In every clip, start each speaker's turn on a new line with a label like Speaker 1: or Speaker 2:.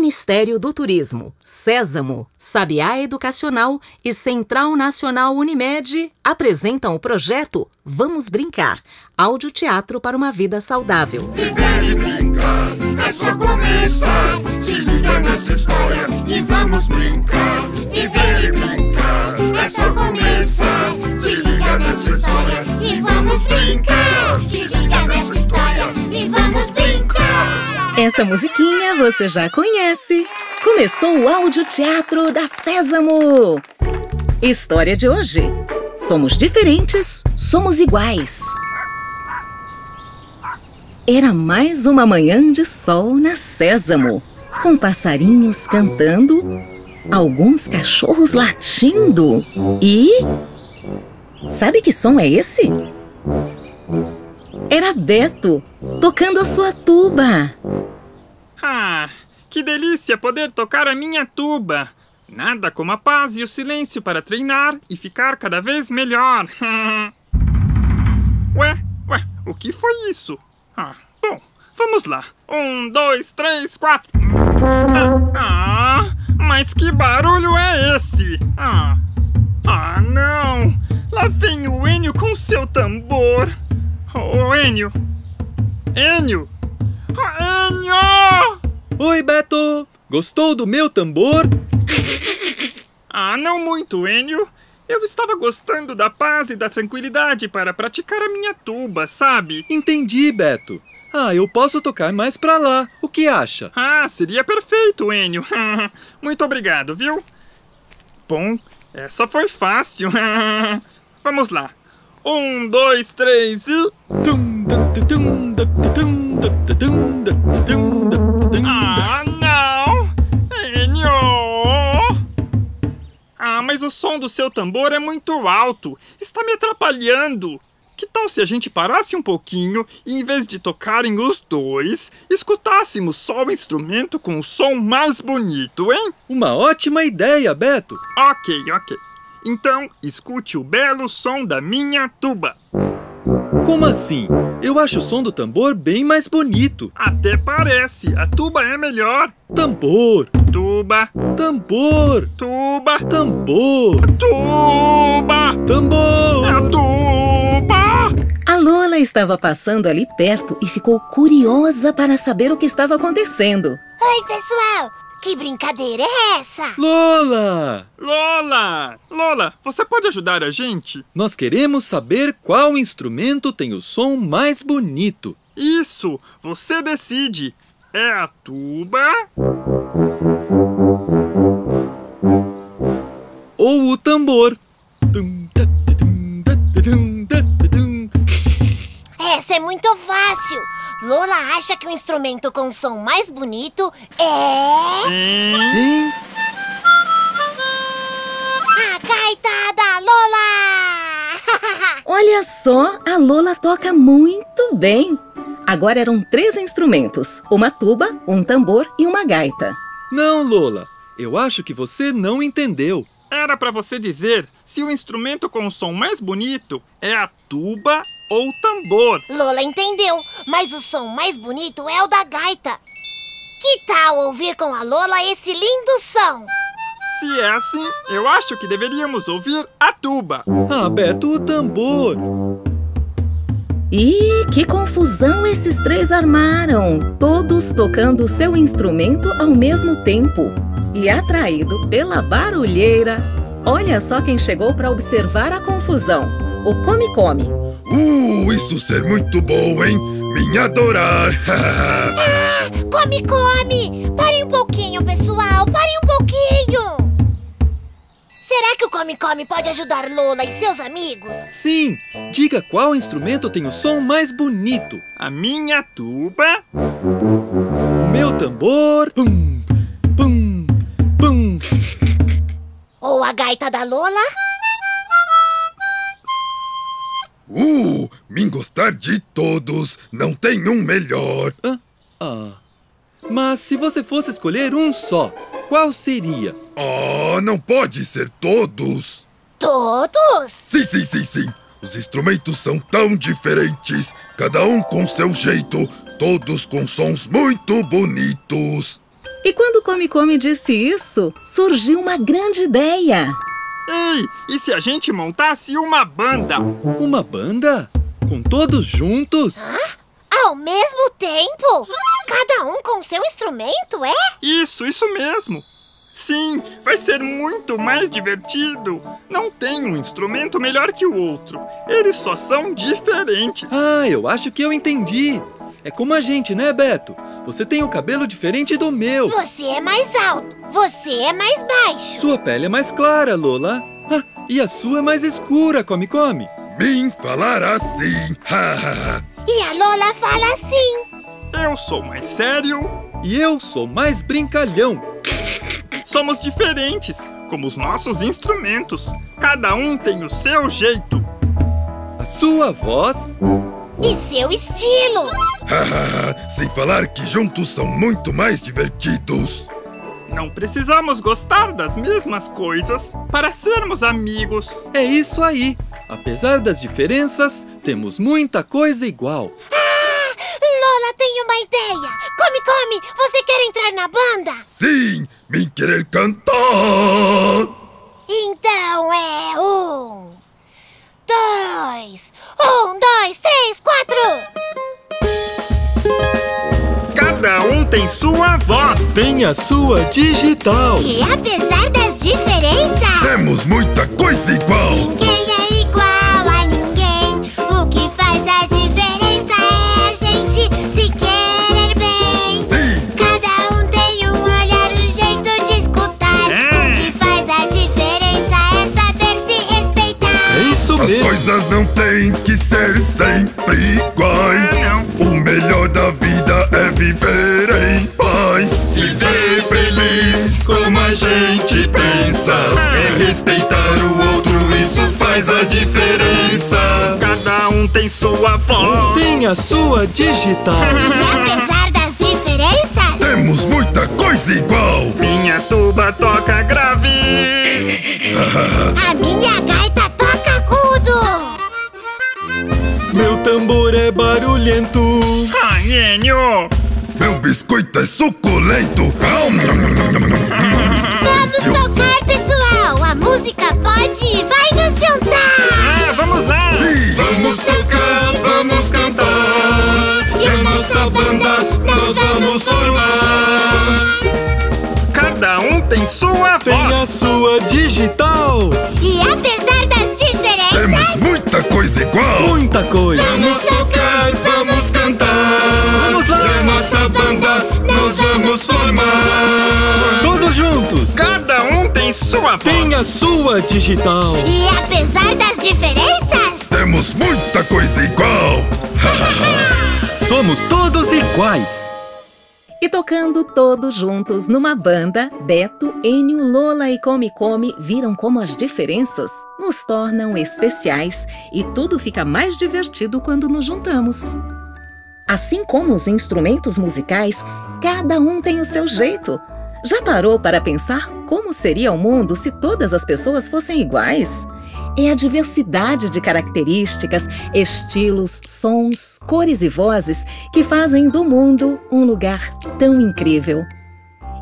Speaker 1: Ministério do Turismo, Sésamo, Sabiá Educacional e Central Nacional Unimed apresentam o projeto Vamos Brincar, audioteatro para uma vida saudável.
Speaker 2: Viver e brincar é só começar. Se liga nessa história e vamos brincar. Viver e brincar é só começar. Se liga nessa história e vamos brincar. Se liga nessa história e vamos brincar.
Speaker 1: Essa musiquinha você já conhece. Começou o audioteatro da Sésamo. História de hoje. Somos diferentes, somos iguais. Era mais uma manhã de sol na Sésamo, com passarinhos cantando, alguns cachorros latindo e. Sabe que som é esse? Era Beto tocando a sua tuba.
Speaker 3: Ah, que delícia poder tocar a minha tuba! Nada como a paz e o silêncio para treinar e ficar cada vez melhor. ué, ué, o que foi isso? Ah, bom, vamos lá. Um, dois, três, quatro. Ah, ah, mas que barulho é esse? Ah, ah, não! Lá vem o Enio com seu tambor. Ô, Enio! Enio! Ah, Enio!
Speaker 4: Oi, Beto! Gostou do meu tambor?
Speaker 3: Ah, não muito, Enio. Eu estava gostando da paz e da tranquilidade para praticar a minha tuba, sabe?
Speaker 4: Entendi, Beto. Ah, eu posso tocar mais pra lá. O que acha?
Speaker 3: Ah, seria perfeito, Enio. muito obrigado, viu? Bom, essa foi fácil. Vamos lá. Um, dois, três e.
Speaker 4: Tum, dum, dum, dum, dum, dum, dum, dum, dum, dum, dum, dum.
Speaker 3: Ah, não! Enio! Ah, mas o som do seu tambor é muito alto. Está me atrapalhando. Que tal se a gente parasse um pouquinho e, em vez de tocarem os dois, escutássemos só o instrumento com o som mais bonito, hein?
Speaker 4: Uma ótima ideia, Beto.
Speaker 3: Ok, ok. Então, escute o belo som da minha tuba.
Speaker 4: Como assim? Eu acho o som do tambor bem mais bonito.
Speaker 3: Até parece, a tuba é melhor.
Speaker 4: Tambor,
Speaker 3: Tuba,
Speaker 4: tambor,
Speaker 3: tuba,
Speaker 4: tambor,
Speaker 3: tuba, é
Speaker 4: tambor.
Speaker 3: tuba.
Speaker 1: A Lola estava passando ali perto e ficou curiosa para saber o que estava acontecendo.
Speaker 5: Oi, pessoal! Que brincadeira é essa?
Speaker 4: Lola!
Speaker 3: Lola, Lola, você pode ajudar a gente?
Speaker 4: Nós queremos saber qual instrumento tem o som mais bonito.
Speaker 3: Isso, você decide. É a tuba?
Speaker 4: ou o tambor. Tum, ta, ta, tum, ta, ta, tum, ta, ta, tum.
Speaker 5: Essa é muito fácil! Lola acha que o instrumento com som mais bonito é.
Speaker 3: Hein?
Speaker 4: Hein?
Speaker 5: a gaita da Lola!
Speaker 1: Olha só, a Lola toca muito bem. Agora eram três instrumentos: uma tuba, um tambor e uma gaita.
Speaker 4: Não, Lola, eu acho que você não entendeu.
Speaker 3: Era pra você dizer se o instrumento com o som mais bonito é a tuba ou o tambor.
Speaker 5: Lola entendeu, mas o som mais bonito é o da gaita. Que tal ouvir com a Lola esse lindo som?
Speaker 3: Se é assim, eu acho que deveríamos ouvir a tuba.
Speaker 4: Ah, Beto, o tambor.
Speaker 1: E que confusão esses três armaram! Todos tocando seu instrumento ao mesmo tempo. E atraído pela barulheira, olha só quem chegou para observar a confusão: o Come Come.
Speaker 6: Uh, isso ser muito bom, hein? Me adorar!
Speaker 5: Come, come! Parem um pouquinho, pessoal! Parem um pouquinho! Será que o Come Come pode ajudar Lola e seus amigos?
Speaker 4: Sim, diga qual instrumento tem o som mais bonito.
Speaker 3: A minha tuba
Speaker 4: O meu tambor. Pum, pum, pum.
Speaker 5: Ou a gaita da Lola?
Speaker 6: Uh, me gostar de todos, não tem um melhor.
Speaker 4: Ah. Mas se você fosse escolher um só, qual seria?
Speaker 6: Ah, não pode ser todos.
Speaker 5: Todos?
Speaker 6: Sim, sim, sim, sim. Os instrumentos são tão diferentes, cada um com seu jeito, todos com sons muito bonitos.
Speaker 1: E quando o Come Come disse isso, surgiu uma grande ideia.
Speaker 3: Ei, e se a gente montasse uma banda?
Speaker 4: Uma banda? Com todos juntos?
Speaker 5: Ao mesmo tempo? Cada um com seu instrumento, é?
Speaker 3: Isso, isso mesmo. Sim, vai ser muito mais divertido. Não tem um instrumento melhor que o outro. Eles só são diferentes.
Speaker 4: Ah, eu acho que eu entendi. É como a gente, né, Beto? Você tem o cabelo diferente do meu.
Speaker 5: Você é mais alto, você é mais baixo.
Speaker 4: Sua pele é mais clara, Lola. Ah, e a sua é mais escura, Come Come.
Speaker 6: Mim falar assim. Ha, ha, ha.
Speaker 5: E a Lola fala assim.
Speaker 3: Eu sou mais sério.
Speaker 4: E eu sou mais brincalhão.
Speaker 3: Somos diferentes, como os nossos instrumentos. Cada um tem o seu jeito.
Speaker 4: A sua voz
Speaker 5: E seu estilo.
Speaker 6: Ha, ha, ha. Sem falar que juntos são muito mais divertidos.
Speaker 3: Não precisamos gostar das mesmas coisas para sermos amigos.
Speaker 4: é isso aí. Apesar das diferenças, temos muita coisa igual.
Speaker 5: Lola tem uma ideia. Come, come, você quer entrar na banda?
Speaker 6: Sim, mim querer cantar.
Speaker 5: Então é um, dois, um, dois, três, quatro.
Speaker 3: Cada um tem sua voz.
Speaker 4: Tem a sua digital.
Speaker 5: E apesar das diferenças,
Speaker 6: Temos muita coisa igual.
Speaker 5: ninguém é igual a ninguém. O que faz a diferença é a gente se querer bem.
Speaker 6: Sim,
Speaker 5: Cada um tem um olhar, um jeito de escutar.
Speaker 3: É.
Speaker 5: O que faz a diferença é saber se respeitar.
Speaker 4: É isso
Speaker 6: as
Speaker 4: mesmo.
Speaker 6: coisas não têm que ser sempre iguais.
Speaker 3: É, não.
Speaker 6: O melhor da vida é viver em paz. Viver feliz como a gente pensa. É respeitar o outro, isso faz a diferença.
Speaker 3: Cada um tem sua voz.
Speaker 4: Tem a sua digital.
Speaker 5: E apesar das diferenças,
Speaker 6: Temos muita coisa igual.
Speaker 3: Minha tuba toca grave.
Speaker 5: a minha gaita toca agudo.
Speaker 4: Meu tambor é barulhento.
Speaker 3: Ranhenho.
Speaker 6: Meu biscoito é suculento. Au, nham, nham, nham, nham, nham.
Speaker 5: Vamos
Speaker 6: Delicioso.
Speaker 5: tocar, pessoal! A música pode e vai nos juntar!
Speaker 3: Ah, vamos lá.
Speaker 6: Sim. Vamos tocar, vamos cantar.
Speaker 5: E a É nossa banda nós vamos
Speaker 6: formar.
Speaker 3: Cada um tem sua
Speaker 4: Tem
Speaker 3: voz.
Speaker 4: a sua digital.
Speaker 5: E apesar das diferenças,
Speaker 6: Temos muita coisa igual.
Speaker 4: Muita coisa.
Speaker 6: Vamos tocar, vamos cantar.
Speaker 4: Vamos lá.
Speaker 6: E a nossa banda nós vamos formar.
Speaker 4: Todos juntos.
Speaker 3: Cada um tem sua voz.
Speaker 4: Tem a sua digital.
Speaker 5: e apesar das diferenças,
Speaker 6: Temos muita coisa igual.
Speaker 4: Somos todos iguais.
Speaker 1: E tocando todos juntos numa banda, Beto, Enio, Lola e Come Come viram como as diferenças nos tornam especiais e tudo fica mais divertido quando nos juntamos. Assim como os instrumentos musicais, cada um tem o seu jeito. Já parou para pensar como seria o mundo se todas as pessoas fossem iguais? É a diversidade de características, estilos, sons, cores e vozes que fazem do mundo um lugar tão incrível.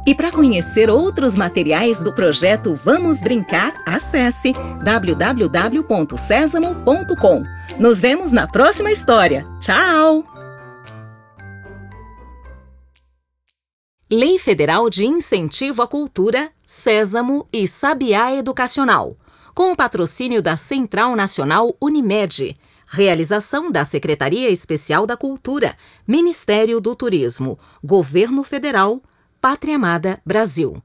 Speaker 1: E para conhecer outros materiais do projeto Vamos Brincar, acesse www.sesamo.com. Nos vemos na próxima história. Tchau! Lei Federal de Incentivo à Cultura, Sésamo e Sabiá Educacional. Com o patrocínio da Central Nacional Unimed. Realização da Secretaria Especial da Cultura, Ministério do Turismo, Governo Federal, Pátria Amada Brasil.